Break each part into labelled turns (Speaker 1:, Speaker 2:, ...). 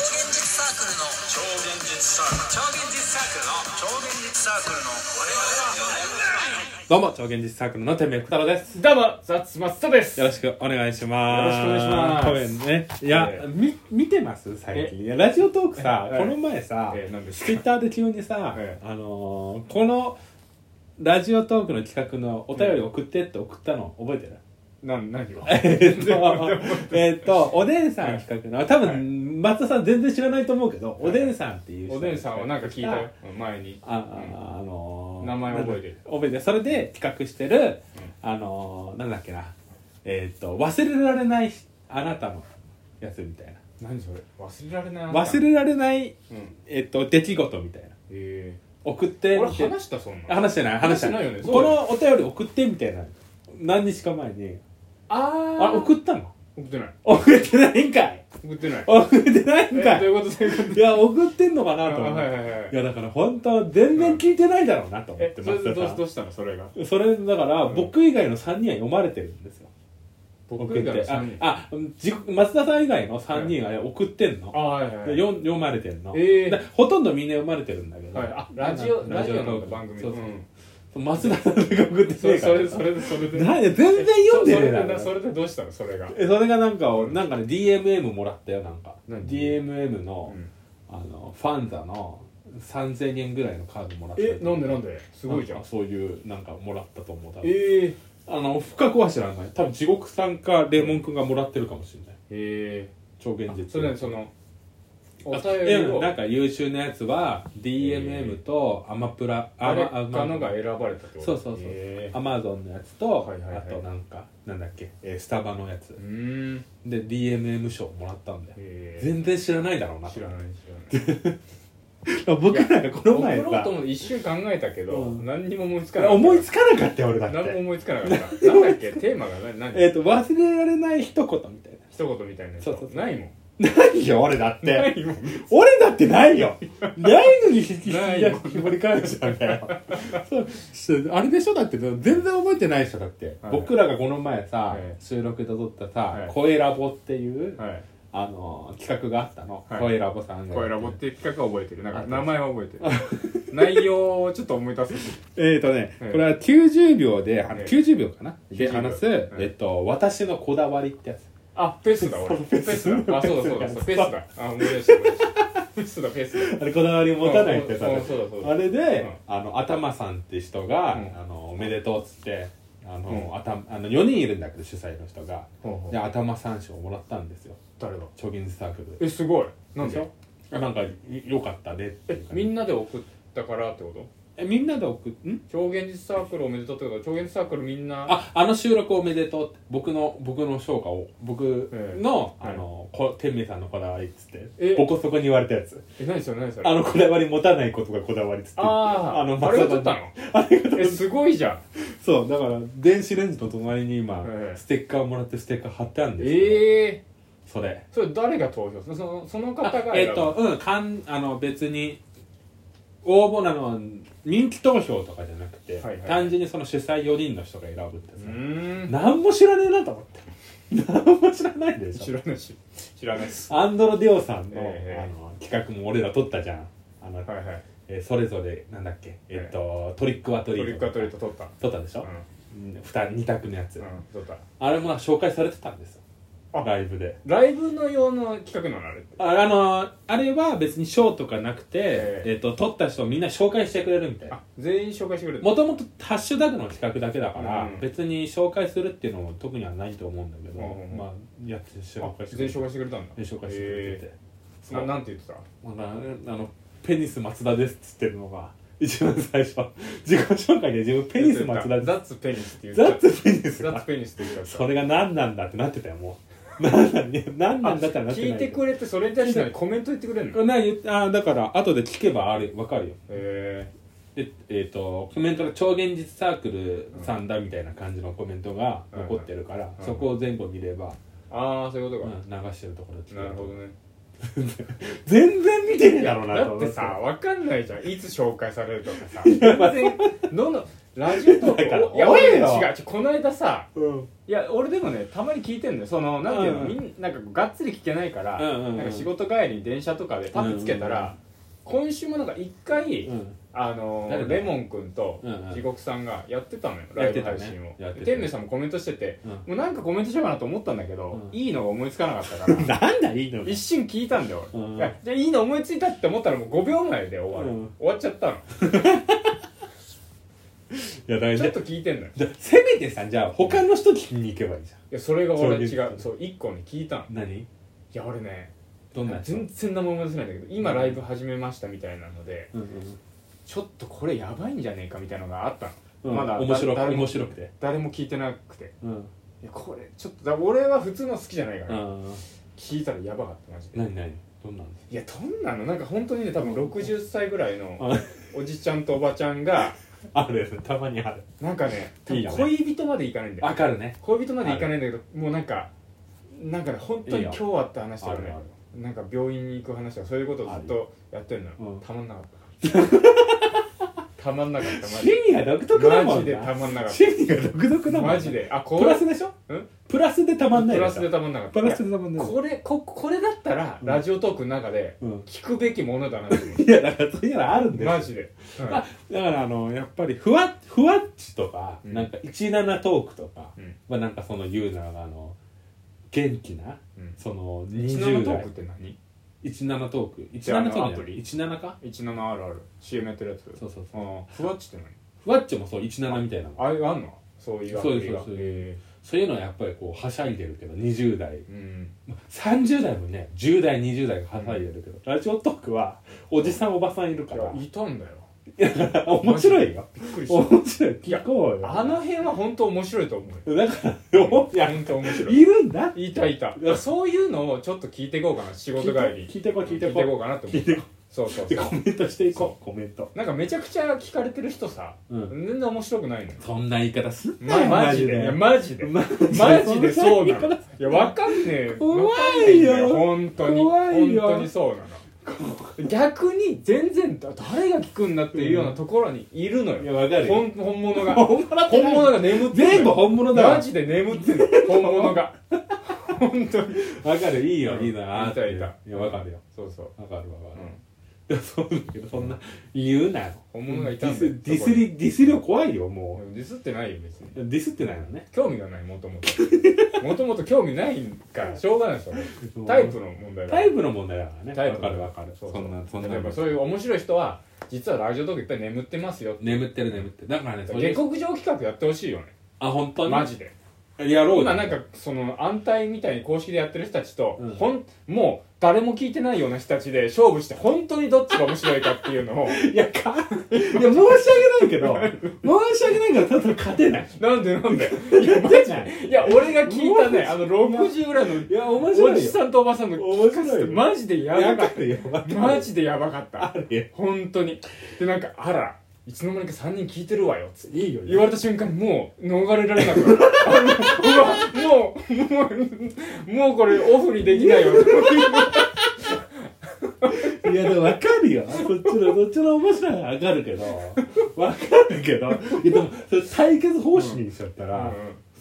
Speaker 1: クルの超現実サークル超現実サークルの超現実サークルの我々は
Speaker 2: どうも超現実サークルの天命福太郎です
Speaker 3: どうも、ザッツマッサです。
Speaker 2: よろしくお願いします
Speaker 3: よろしくお願いします
Speaker 2: ごめんねいや、
Speaker 3: ええ
Speaker 2: み見てます最近
Speaker 3: え
Speaker 2: いやラジオトークさ、
Speaker 3: ええ
Speaker 2: この前さ、
Speaker 3: ええ何ですか
Speaker 2: ツイッターで急にさ、
Speaker 3: ええ
Speaker 2: あのーこのラジオトークの企画のお便り送ってって送ったの覚えて る、
Speaker 3: な、何を
Speaker 2: えっと、えっと、おでんさん企画の、多分、
Speaker 3: はい
Speaker 2: 松田さん全然知らないと思うけど、おでんさんっていう人
Speaker 3: おでんさんはなんか聞いたよ、前に。
Speaker 2: あ、ああのー
Speaker 3: 名前覚えてる
Speaker 2: なんだ覚えてるそれで企画してる、あのーなんだっけなえーっ、と忘れられないあなたのやつみたいな
Speaker 3: 何それ忘れられない。
Speaker 2: 忘れられない
Speaker 3: うん。
Speaker 2: えーっ、と出来事みたいな
Speaker 3: え
Speaker 2: 送っ
Speaker 3: え
Speaker 2: て
Speaker 3: 俺
Speaker 2: みて
Speaker 3: 話した、そんな。
Speaker 2: 話してない話して
Speaker 3: 話して
Speaker 2: な
Speaker 3: ないいよねそう
Speaker 2: こ
Speaker 3: だ
Speaker 2: のお便り送ってみたいな何日か前に
Speaker 3: あ
Speaker 2: あ送
Speaker 3: 送
Speaker 2: ったの
Speaker 3: ってない。
Speaker 2: 送ってないんかい
Speaker 3: 送ってない。
Speaker 2: 送ってないんか
Speaker 3: えどう
Speaker 2: い
Speaker 3: いうことどういうこと
Speaker 2: いや送ってんのかなと思
Speaker 3: あ
Speaker 2: っ
Speaker 3: はい
Speaker 2: て
Speaker 3: はいはい
Speaker 2: いやだから本当全然聞いてないだろうなと思っ
Speaker 3: え
Speaker 2: て、
Speaker 3: それで
Speaker 2: 松田
Speaker 3: ど
Speaker 2: さ
Speaker 3: うんどうしたのそれが。
Speaker 2: それだから、
Speaker 3: うん
Speaker 2: 僕以外の3人は読まれてるんですよ
Speaker 3: 僕以外の
Speaker 2: 送っ
Speaker 3: 3
Speaker 2: て
Speaker 3: 人。あ、
Speaker 2: ああじ松田さん以外の3人はね送ってんの、
Speaker 3: はいはいは
Speaker 2: で
Speaker 3: い。
Speaker 2: 読ん読まれてんの、
Speaker 3: えー
Speaker 2: だほとんどみんな読まれてるんだけど、
Speaker 3: はい、あ、ラジオ、ラジオの
Speaker 2: トーク
Speaker 3: 番組。
Speaker 2: そうそううんそう松田さんが送って
Speaker 3: それ、そ
Speaker 2: ね
Speaker 3: れ、それで、それで。
Speaker 2: なんで全然読んでねえだ
Speaker 3: そそ
Speaker 2: ろ
Speaker 3: れでそれでどうしたのそれが。
Speaker 2: えそれがなんか、なんかね DMM もらったよなんか
Speaker 3: 何
Speaker 2: DMM の,、
Speaker 3: うん
Speaker 2: あのファンザの3000円ぐらいのカードもらったよ
Speaker 3: え、なんでなんですごいじゃん
Speaker 2: か。そういうなんかもらったと思う多分
Speaker 3: ええ。
Speaker 2: あの深くは知らない多分地獄さんかレモンくんがもらってるかもしれない
Speaker 3: ええ。
Speaker 2: 超現実
Speaker 3: それねそのお
Speaker 2: あ
Speaker 3: 便り
Speaker 2: いや
Speaker 3: を
Speaker 2: なんか優秀なやつは DMM とアマプラ、
Speaker 3: あ
Speaker 2: ア
Speaker 3: れ
Speaker 2: マ
Speaker 3: かのが選ばれたってこと
Speaker 2: そうそうそう
Speaker 3: へ
Speaker 2: ア
Speaker 3: ー
Speaker 2: マゾンのやつと、
Speaker 3: はいはいはい
Speaker 2: あとなんかなんだっけ、えースタバのやつ
Speaker 3: うーん
Speaker 2: で DMM 賞もらったんだよ
Speaker 3: へー
Speaker 2: 全然知らないだろうな
Speaker 3: 知らない知らない
Speaker 2: 僕なんかこの前
Speaker 3: 送ろう
Speaker 2: さ
Speaker 3: と思って一瞬考えたけど、
Speaker 2: うん
Speaker 3: 何にも思いつかなかった
Speaker 2: 思いつかなかったよ俺だっ
Speaker 3: 何も
Speaker 2: て
Speaker 3: 思いつ かなかったなんだっけテーマが何何
Speaker 2: えっ、と忘れられない一言みたいな
Speaker 3: 一言みたいなやつ
Speaker 2: そうそうそう
Speaker 3: ないもん
Speaker 2: ないよ俺だって
Speaker 3: ないもん
Speaker 2: 俺だってないよ ないのに引き
Speaker 3: ない よ
Speaker 2: 掘り返したんだよそうそうあれでしょだって全然覚えてないでしょだって、
Speaker 3: はい
Speaker 2: 僕らがこの前さ、
Speaker 3: はい
Speaker 2: 収録で撮ったさ「
Speaker 3: はい
Speaker 2: 声ラボ」っていう、
Speaker 3: はい
Speaker 2: あの企画があったの、
Speaker 3: はい
Speaker 2: 声ラボさんが
Speaker 3: 声ラボっていう企画は覚えてるなんか
Speaker 2: あ
Speaker 3: 名前は覚えてる内容をちょっと思い出す
Speaker 2: えっ、ー、とね、
Speaker 3: はい
Speaker 2: これは90秒で、あの
Speaker 3: はい
Speaker 2: 90秒かなで
Speaker 3: 90秒
Speaker 2: 話す、
Speaker 3: はい
Speaker 2: えっと「私のこだわり」ってやつ
Speaker 3: あフェスだ
Speaker 2: そ
Speaker 3: 俺フ
Speaker 2: うフェ
Speaker 3: ェ
Speaker 2: ス
Speaker 3: スだあそうだそうだそうフェスだあ思い出した思い出したフェスだフェスだ
Speaker 2: あれこだわり持たないってさ、
Speaker 3: うんそうだそうだ
Speaker 2: あれで、あの頭さんって人が、
Speaker 3: うん
Speaker 2: あのおめでとうっつってあの、
Speaker 3: うん
Speaker 2: あたあの4人いるんだけど主催の人が、
Speaker 3: ほうほう
Speaker 2: で頭三賞をもらったんですよ
Speaker 3: 誰だ
Speaker 2: 超現実サークルで
Speaker 3: えすごいなん
Speaker 2: でし
Speaker 3: で
Speaker 2: ょなんか良かったねってい
Speaker 3: え
Speaker 2: う感じ
Speaker 3: みんなで送ったからってこと
Speaker 2: えみんなで送っん
Speaker 3: 超現実サークルおめでとうってことは超現実サークルみんな
Speaker 2: ああの収録おめでとうって僕の僕の評価を僕の、
Speaker 3: ええ
Speaker 2: あのこ天明さんのこだわりっつっ
Speaker 3: え
Speaker 2: てボコそこに言われたやつ
Speaker 3: え何それ何それ
Speaker 2: あのこだわり持たないことがこだわりっつって
Speaker 3: あー
Speaker 2: あの
Speaker 3: あれが撮ったの
Speaker 2: あれが
Speaker 3: えすごいじゃん
Speaker 2: そうだから電子レンジの隣に今、
Speaker 3: ええ
Speaker 2: ステッカーもらってステッカー貼ってあるんですよ、
Speaker 3: ええ
Speaker 2: それ
Speaker 3: それ誰が投票するそのその方が選ぶ
Speaker 2: えっ、とうんかんあの別に応募なのは人気投票とかじゃなくて、
Speaker 3: はいはい
Speaker 2: 単純にその主催4人の人が選ぶって
Speaker 3: う
Speaker 2: さ、
Speaker 3: ーん
Speaker 2: 何も知らねえなと思って 何も知らないで
Speaker 3: 知
Speaker 2: しょ
Speaker 3: らないし知らないです
Speaker 2: アンドロディオさんの,、
Speaker 3: ええ
Speaker 2: あの企画も俺ら撮ったじゃんあの、
Speaker 3: はいはい
Speaker 2: えーそれぞれなんだっけ、えっとトリックはト
Speaker 3: ト
Speaker 2: リ
Speaker 3: リ
Speaker 2: ー
Speaker 3: ックアトリート撮った
Speaker 2: 撮ったでしょ、うん、2択のやつ、
Speaker 3: うん、うん、撮った
Speaker 2: あれもなんか紹介されてたんですよ
Speaker 3: あ
Speaker 2: ライブで
Speaker 3: ライブの用の企画なのあれって
Speaker 2: ああのあれは別に賞とかなくて、え
Speaker 3: ええ
Speaker 2: っと撮った人をみんな紹介してくれるみたいな
Speaker 3: あ全員紹介してくれる
Speaker 2: もともとハッシュタグの企画だけだから、
Speaker 3: うん
Speaker 2: 別に紹介するっていうのも特にはないと思うんだけど、
Speaker 3: うんうんうん
Speaker 2: まあやって
Speaker 3: あ
Speaker 2: 紹介してく
Speaker 3: 全
Speaker 2: れ
Speaker 3: 員紹介してくれたんだ
Speaker 2: 全紹介してくれてて、
Speaker 3: えーななんて言ってた
Speaker 2: まあなあのペニス松田ですっつってるのが一番最初自己紹介で自分ペニス松田
Speaker 3: ザ
Speaker 2: で
Speaker 3: ッツペニスって言
Speaker 2: す
Speaker 3: っ
Speaker 2: ザ
Speaker 3: ちゃ
Speaker 2: ッ
Speaker 3: った
Speaker 2: ツペニス
Speaker 3: ザッ
Speaker 2: が
Speaker 3: ツペニスって言っちゃった
Speaker 2: それが何なんだってなってたよもう 何なんだ何なんだってなってない
Speaker 3: 聞いてくれてそれに対してコメント言ってくれるの
Speaker 2: な言ってあだから後で聞けばあれわかるよ
Speaker 3: え
Speaker 2: でえっ、とコメントが超現実サークルさんだみたいな感じのコメントが残ってるから、
Speaker 3: うん
Speaker 2: そこを全部見れば、
Speaker 3: ー、ああそういうこと
Speaker 2: う
Speaker 3: か、
Speaker 2: ん、流してるところ聞け
Speaker 3: なるほどね
Speaker 2: 全然見てねえだろうな
Speaker 3: だ
Speaker 2: と
Speaker 3: っ
Speaker 2: 思
Speaker 3: て
Speaker 2: って
Speaker 3: さ分かんないじゃんいつ紹介されるとかさ全然どのラジオト
Speaker 2: だから
Speaker 3: ークいや
Speaker 2: おい
Speaker 3: 俺違う
Speaker 2: よ
Speaker 3: 違うこの間さ
Speaker 2: うん
Speaker 3: いや俺でもねたまに聞いてんのよそのなんていうの、
Speaker 2: うん
Speaker 3: みんなんかこうがっつり聞けないから、
Speaker 2: うんうんうん
Speaker 3: なんか仕事帰りに電車とかでパッとつけたら、今週もなんか一回、
Speaker 2: うん
Speaker 3: あの
Speaker 2: 誰だ
Speaker 3: レモン君と
Speaker 2: うんうん
Speaker 3: 地獄さんがやってたのよ、ラ
Speaker 2: や
Speaker 3: イ
Speaker 2: っ
Speaker 3: ブ
Speaker 2: てたね
Speaker 3: 配信を、
Speaker 2: やってた
Speaker 3: 天明さんもコメントしてて、
Speaker 2: うん
Speaker 3: もうなんかコメントしようかなと思ったんだけど、
Speaker 2: うん
Speaker 3: いいのが思いつかなかっ たから
Speaker 2: なんだいいの
Speaker 3: 一瞬聞いたんだよ俺、
Speaker 2: うん
Speaker 3: いやじゃあいいの思いついたって思ったらもう5秒前で終わる、
Speaker 2: うん
Speaker 3: 終わっちゃったの
Speaker 2: いや大
Speaker 3: ちょっ
Speaker 2: 事
Speaker 3: と聞いてんのよ
Speaker 2: だせめてさじゃあ他の人聞きに行けばいいじゃん
Speaker 3: いやそれが俺
Speaker 2: そ
Speaker 3: 違
Speaker 2: ういう
Speaker 3: うそう1個ね聞いたのい
Speaker 2: 何
Speaker 3: や俺ね
Speaker 2: どんなやつ
Speaker 3: 全然名前思い出せないんだけど今ライブ始めましたみたいなので
Speaker 2: うんうん
Speaker 3: ちょっとこれやばいんじゃねえかみたいなのがあったの、
Speaker 2: うん
Speaker 3: まだ
Speaker 2: 面白く
Speaker 3: 誰も
Speaker 2: 面白くて
Speaker 3: 誰も聞いてなくて
Speaker 2: うん
Speaker 3: いやこれちょっとだ俺は普通の好きじゃないから、
Speaker 2: うん
Speaker 3: 聞いたらやばかったマジで
Speaker 2: 何何どんなの
Speaker 3: いやどんなのなんか本当にね多分60歳ぐらいの
Speaker 2: あ
Speaker 3: おじちゃんとおばちゃんが
Speaker 2: あるよねたまにある
Speaker 3: なんかね多
Speaker 2: いい
Speaker 3: 分
Speaker 2: よね
Speaker 3: 恋人までいかないんだよ
Speaker 2: わかるね
Speaker 3: 恋人までいかないんだけどもうなんかなんかね本当に今日あった話とか
Speaker 2: いい
Speaker 3: ね
Speaker 2: よある
Speaker 3: なんか病院に行く話とかそういうことをずっとやってるのよ
Speaker 2: あるうん
Speaker 3: たまんなかったたまんなかったマジ
Speaker 2: 趣味が独特だ
Speaker 3: で
Speaker 2: もんな
Speaker 3: マジでたまんなかっ
Speaker 2: 趣味が独特だ
Speaker 3: た
Speaker 2: もんな
Speaker 3: マジであこ
Speaker 2: プ
Speaker 3: れ
Speaker 2: ラスでしょ
Speaker 3: うん
Speaker 2: プラスでたまんない
Speaker 3: プ
Speaker 2: で
Speaker 3: ラ
Speaker 2: し
Speaker 3: ス
Speaker 2: ょ
Speaker 3: でたまんなかった
Speaker 2: プラスでたまん
Speaker 3: いや
Speaker 2: ない
Speaker 3: これここれだったら
Speaker 2: うん
Speaker 3: ラジオトークの中で
Speaker 2: うん
Speaker 3: 聞くべきものだなと思って
Speaker 2: いやだからそういうのあるんですよ
Speaker 3: マジで、うん
Speaker 2: あだからあのやっぱりふわふわっちとか、
Speaker 3: うん
Speaker 2: なんか17トークとか
Speaker 3: うん
Speaker 2: はなんかそのユーザーがあの元気な
Speaker 3: うん
Speaker 2: その
Speaker 3: 17
Speaker 2: 20
Speaker 3: トーク
Speaker 2: 代
Speaker 3: って何
Speaker 2: 17トーク17
Speaker 3: じゃああの
Speaker 2: トークじゃ
Speaker 3: アプ
Speaker 2: ない
Speaker 3: リ
Speaker 2: 17か
Speaker 3: ?17 あるある CM やってるやつ
Speaker 2: そうそうそう
Speaker 3: ああふわっちって
Speaker 2: ふわっちもそう17みたいなの
Speaker 3: 何ああいうあんのそういうアプリが
Speaker 2: そうですそうです
Speaker 3: へ
Speaker 2: そういうのはやっぱりこうはしゃいでるけど20代
Speaker 3: えうん
Speaker 2: 30代もね10代20代がはしゃいでるけど、ラジオトークはおじさんおばさんいるか
Speaker 3: いや
Speaker 2: ら
Speaker 3: いたんだよ
Speaker 2: 面白いよ
Speaker 3: びっくりし
Speaker 2: 面白い聞こうよ
Speaker 3: たあの辺は本当面白いと思うよ
Speaker 2: だからおいや
Speaker 3: 本当面白い
Speaker 2: いるんだ
Speaker 3: いたいたそういうのをちょっと聞いていこうかな仕事帰り
Speaker 2: 聞いてこう聞いてこう
Speaker 3: 聞いてこうかなと思
Speaker 2: 聞
Speaker 3: う
Speaker 2: いてこ
Speaker 3: そうそう
Speaker 2: う
Speaker 3: そ
Speaker 2: コ
Speaker 3: う
Speaker 2: メントしていこうコメント
Speaker 3: なんかめちゃくちゃ聞かれてる人さ
Speaker 2: うん
Speaker 3: 全然面白くないのよ
Speaker 2: そんな言い方すんな
Speaker 3: ま
Speaker 2: よ
Speaker 3: マジでいやマジで
Speaker 2: マ
Speaker 3: マジでそうな
Speaker 2: そん
Speaker 3: の
Speaker 2: ない
Speaker 3: やわかんねえ
Speaker 2: 怖いよ
Speaker 3: わかんないんだ本当に
Speaker 2: 怖いよ
Speaker 3: 本当にそうなの 逆に全然だ誰が聞くんだっていうようなところにいるの
Speaker 2: いや
Speaker 3: よ
Speaker 2: わかるよ
Speaker 3: 本 本物が
Speaker 2: 本物だって
Speaker 3: 本
Speaker 2: ない
Speaker 3: 物が眠ってる
Speaker 2: 全部本物だ
Speaker 3: マ
Speaker 2: わ
Speaker 3: ジで眠ってる本物が 本当に
Speaker 2: わかるいいよいいな
Speaker 3: うんいたいた
Speaker 2: いやわかるよ
Speaker 3: そうそう
Speaker 2: わかるわか
Speaker 3: う
Speaker 2: る
Speaker 3: ん
Speaker 2: いやそうだけどそんな言うなよ
Speaker 3: 本物がい
Speaker 2: デ
Speaker 3: た
Speaker 2: ィ
Speaker 3: ん
Speaker 2: ス
Speaker 3: だよ
Speaker 2: ディスりディスりは怖いよも
Speaker 3: ディスってないよ別に
Speaker 2: うディスってないのね
Speaker 3: 興味がないもともともともと興味ないからしょうがないですよタイプの問題だ
Speaker 2: タイプの問題だからね
Speaker 3: タイ
Speaker 2: わ
Speaker 3: プ
Speaker 2: かるわかるそんなそんな
Speaker 3: 例えばそういう面白い人は実はラジオトークいっぱい眠ってますよ
Speaker 2: 眠ってる眠ってるだからねそうい
Speaker 3: 下
Speaker 2: う
Speaker 3: 克上企画やってほしいよね
Speaker 2: あ本当に
Speaker 3: マジで
Speaker 2: やろう
Speaker 3: 今なんかその安泰みたいに公式でやってる人たちと、
Speaker 2: うん
Speaker 3: ほんもう誰も聞いてないような人たちで勝負して本当にどっちが面白いかっていう のを
Speaker 2: いやかいや申し訳ない けど申し訳ないけどただ勝てない
Speaker 3: なんでなんでいやマジでいや俺が聞いたねあの60ぐらいの
Speaker 2: いや面白いよ
Speaker 3: おじさんとおばさんの聞
Speaker 2: 面
Speaker 3: かせ
Speaker 2: 白
Speaker 3: て
Speaker 2: いよ
Speaker 3: マジでやばかっ
Speaker 2: かるよわか
Speaker 3: た
Speaker 2: る
Speaker 3: マジでやばかっ
Speaker 2: あ
Speaker 3: た
Speaker 2: るよ
Speaker 3: 本当にでなんかあらいつの間にか3人聞いてるわよつって
Speaker 2: いいよ
Speaker 3: 言われた瞬間もう逃れられなくなったあのう わもうもうもうこれオフにできないよ
Speaker 2: いやでも分かるよそっちのそっちの面白いのは分かるけど分かるけどいやでもそれ対決方針にしちゃったら、
Speaker 3: うん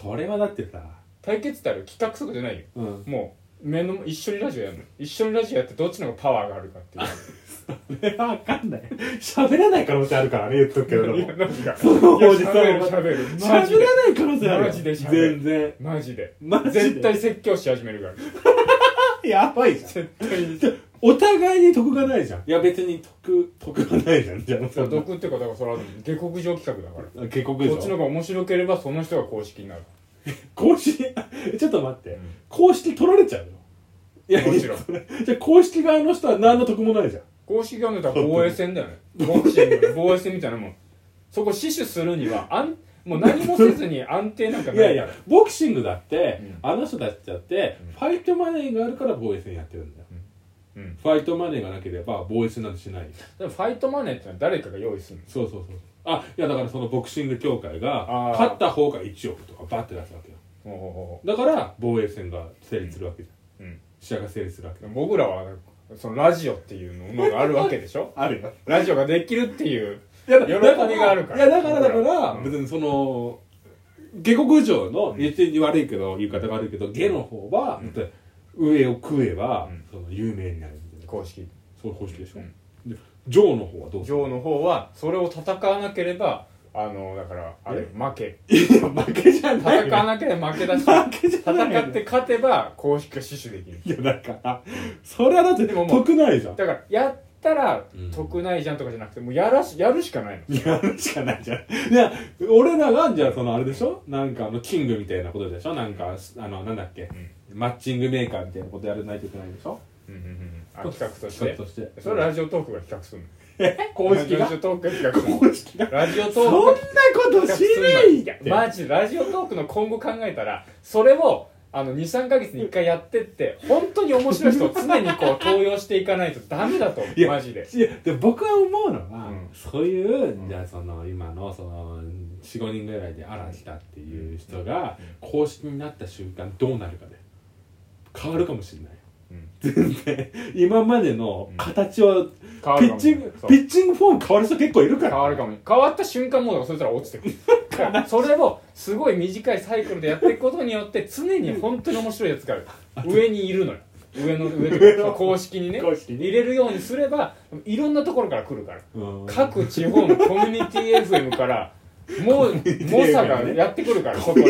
Speaker 2: それはだってさ、
Speaker 3: 対決ってある企画とかじゃないよ
Speaker 2: うん、
Speaker 3: もう目の一緒にラジオやるの一緒にラジオやってどっちの方がパワーがある かっていう
Speaker 2: 分かんない喋らない可能性あるからね言っとくけれども
Speaker 3: いやなんか
Speaker 2: そのおじ
Speaker 3: し
Speaker 2: さ
Speaker 3: ゃ
Speaker 2: ん
Speaker 3: べる
Speaker 2: は
Speaker 3: しゃべる
Speaker 2: 喋ら
Speaker 3: マ
Speaker 2: な
Speaker 3: ジで
Speaker 2: い可能性あるよ
Speaker 3: マジで喋る
Speaker 2: 全然
Speaker 3: マジで
Speaker 2: マジで
Speaker 3: 絶対説教し始めるから
Speaker 2: やばいじゃん
Speaker 3: 絶対に
Speaker 2: お互いに得がないじゃんいや別に得得がないじゃんじゃあその
Speaker 3: 毒っていうかだからそれは下克上企画だから
Speaker 2: 結局
Speaker 3: こっ
Speaker 2: で
Speaker 3: ち
Speaker 2: し
Speaker 3: の
Speaker 2: ょ
Speaker 3: 方が面白ければその人が公式になる
Speaker 2: 公式ちょっと待って、
Speaker 3: うん
Speaker 2: 公式取られちゃうよいや
Speaker 3: もちろん
Speaker 2: いやそれじゃあ公式側の人は何の得もないじゃん
Speaker 3: 公式がねだから防衛戦だよねボクシングの防衛戦みたいなもんそこ死守するにはあんもう何もせずに安定なんかないい
Speaker 2: やいや、ボクシングだって、
Speaker 3: うん
Speaker 2: あの人たちだって、
Speaker 3: うん
Speaker 2: ファイトマネーがあるから防衛戦やってるんだよ。
Speaker 3: うん、
Speaker 2: ファイトマネーがなければ防衛戦なんてしないよ。
Speaker 3: でもファイトマネーってのは誰かが用意するんです
Speaker 2: そうそうそう。あ、いやだからそのボクシング協会が
Speaker 3: あ、ー
Speaker 2: 勝った方が1億とかバッて出すわけよ。
Speaker 3: ほうほうほ
Speaker 2: だから防衛戦が成立するわけじゃん。
Speaker 3: ううん
Speaker 2: 試合が成立するわけ。
Speaker 3: でも僕らはそのラジオっていうのがあるわけでしょ
Speaker 2: あるよ。
Speaker 3: ラジオができるっていう
Speaker 2: や
Speaker 3: 喜びがあるから
Speaker 2: いやだからだから、
Speaker 3: うん
Speaker 2: 別にその下克上の言ってに悪いけど言い方が悪いけど下の方は、だって上を食えば、
Speaker 3: うん
Speaker 2: その有名になるみたいな
Speaker 3: 公式
Speaker 2: そういう方式でしょ、
Speaker 3: うん
Speaker 2: で上の方はどうす
Speaker 3: ジ
Speaker 2: る
Speaker 3: ョーの方はそれを戦わなければあのだからあれ
Speaker 2: え
Speaker 3: 負け
Speaker 2: いや 負けじゃない
Speaker 3: 戦わなければ負けだし
Speaker 2: 負けじゃない
Speaker 3: 戦って勝てば公式が死守できる
Speaker 2: いやだからそれはだって
Speaker 3: でももう
Speaker 2: 得ないじゃん
Speaker 3: だからやったら
Speaker 2: うん
Speaker 3: 得ないじゃんとかじゃなくてもうやらしやるしかないの
Speaker 2: やるしかないじゃん。いや、俺らが、じゃあ、その、あれでしょなんか、あの、キングみたいなことでしょなんか、あの、なんだっけ、マッチングメーカーみたいなことやらないといけないでしょ
Speaker 3: うんうんうんあ企画とし
Speaker 2: 企
Speaker 3: て
Speaker 2: 画として
Speaker 3: それラジオトークが企画するの
Speaker 2: 公式
Speaker 3: ラ
Speaker 2: が
Speaker 3: ジオトークが企画するの
Speaker 2: 公式が。
Speaker 3: ラジオト
Speaker 2: そんな
Speaker 3: ーク
Speaker 2: ことしないって。
Speaker 3: いやマジラジオトークの今後考えたらそれをあの23か月に1回やってって本当に面白い人を常にこう登用していかないとダメだと
Speaker 2: いや
Speaker 3: マジで
Speaker 2: いやで僕は思うのは、
Speaker 3: うん
Speaker 2: そういう、
Speaker 3: ん
Speaker 2: じゃあその今のその45人ぐらいで嵐だっていう人が公式になった瞬間どうなるかで変わるかもしれない、
Speaker 3: うん
Speaker 2: 全然今までの形は、
Speaker 3: 変わ
Speaker 2: ピ
Speaker 3: るか
Speaker 2: ッ
Speaker 3: も
Speaker 2: チング
Speaker 3: そう
Speaker 2: ピッチングフォーム変わる人結構いるか
Speaker 3: 変
Speaker 2: ら
Speaker 3: わるかも変わった瞬間もうだからそしたら落ち てくるだからそれをすごい短いサイクルでやっていくことによって常に本当に面白いやつがある上にいるのよ上の上
Speaker 2: 上
Speaker 3: の
Speaker 2: の
Speaker 3: 公式にね
Speaker 2: 公式に
Speaker 3: 入れるようにすればいろんなところから来るから
Speaker 2: うん
Speaker 3: 各地方のコミュニティ FM からもう猛者がやってくるからそこに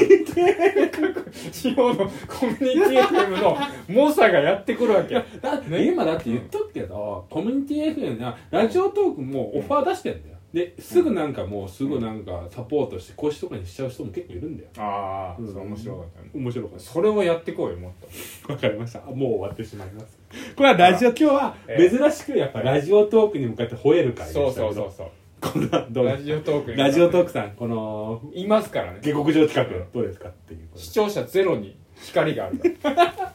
Speaker 3: 各地方のコミュニティ FM の猛者がやってくるわけ
Speaker 2: だ
Speaker 3: ね
Speaker 2: 今だって言っとくけど、コミュニティ FM はラジオトークもオファー出してんだよですぐなんかもうすぐなんかサポートして講師とかにしちゃう人も結構いるんだよ
Speaker 3: ああ
Speaker 2: うん
Speaker 3: そう面白かったね
Speaker 2: 面白かった
Speaker 3: それをやってこうよもっと
Speaker 2: わかりました。もう終わってしまいます。これはラジオ、今日は珍しくやっぱラジオトークに向かって吠える会でした
Speaker 3: そう
Speaker 2: けど
Speaker 3: そうそうそう
Speaker 2: こんなどう
Speaker 3: ラジオトークに
Speaker 2: ラジオトークさん、この、
Speaker 3: いますからね
Speaker 2: 下克上企画、どうですかっていうことで
Speaker 3: 視聴者ゼロに光があるから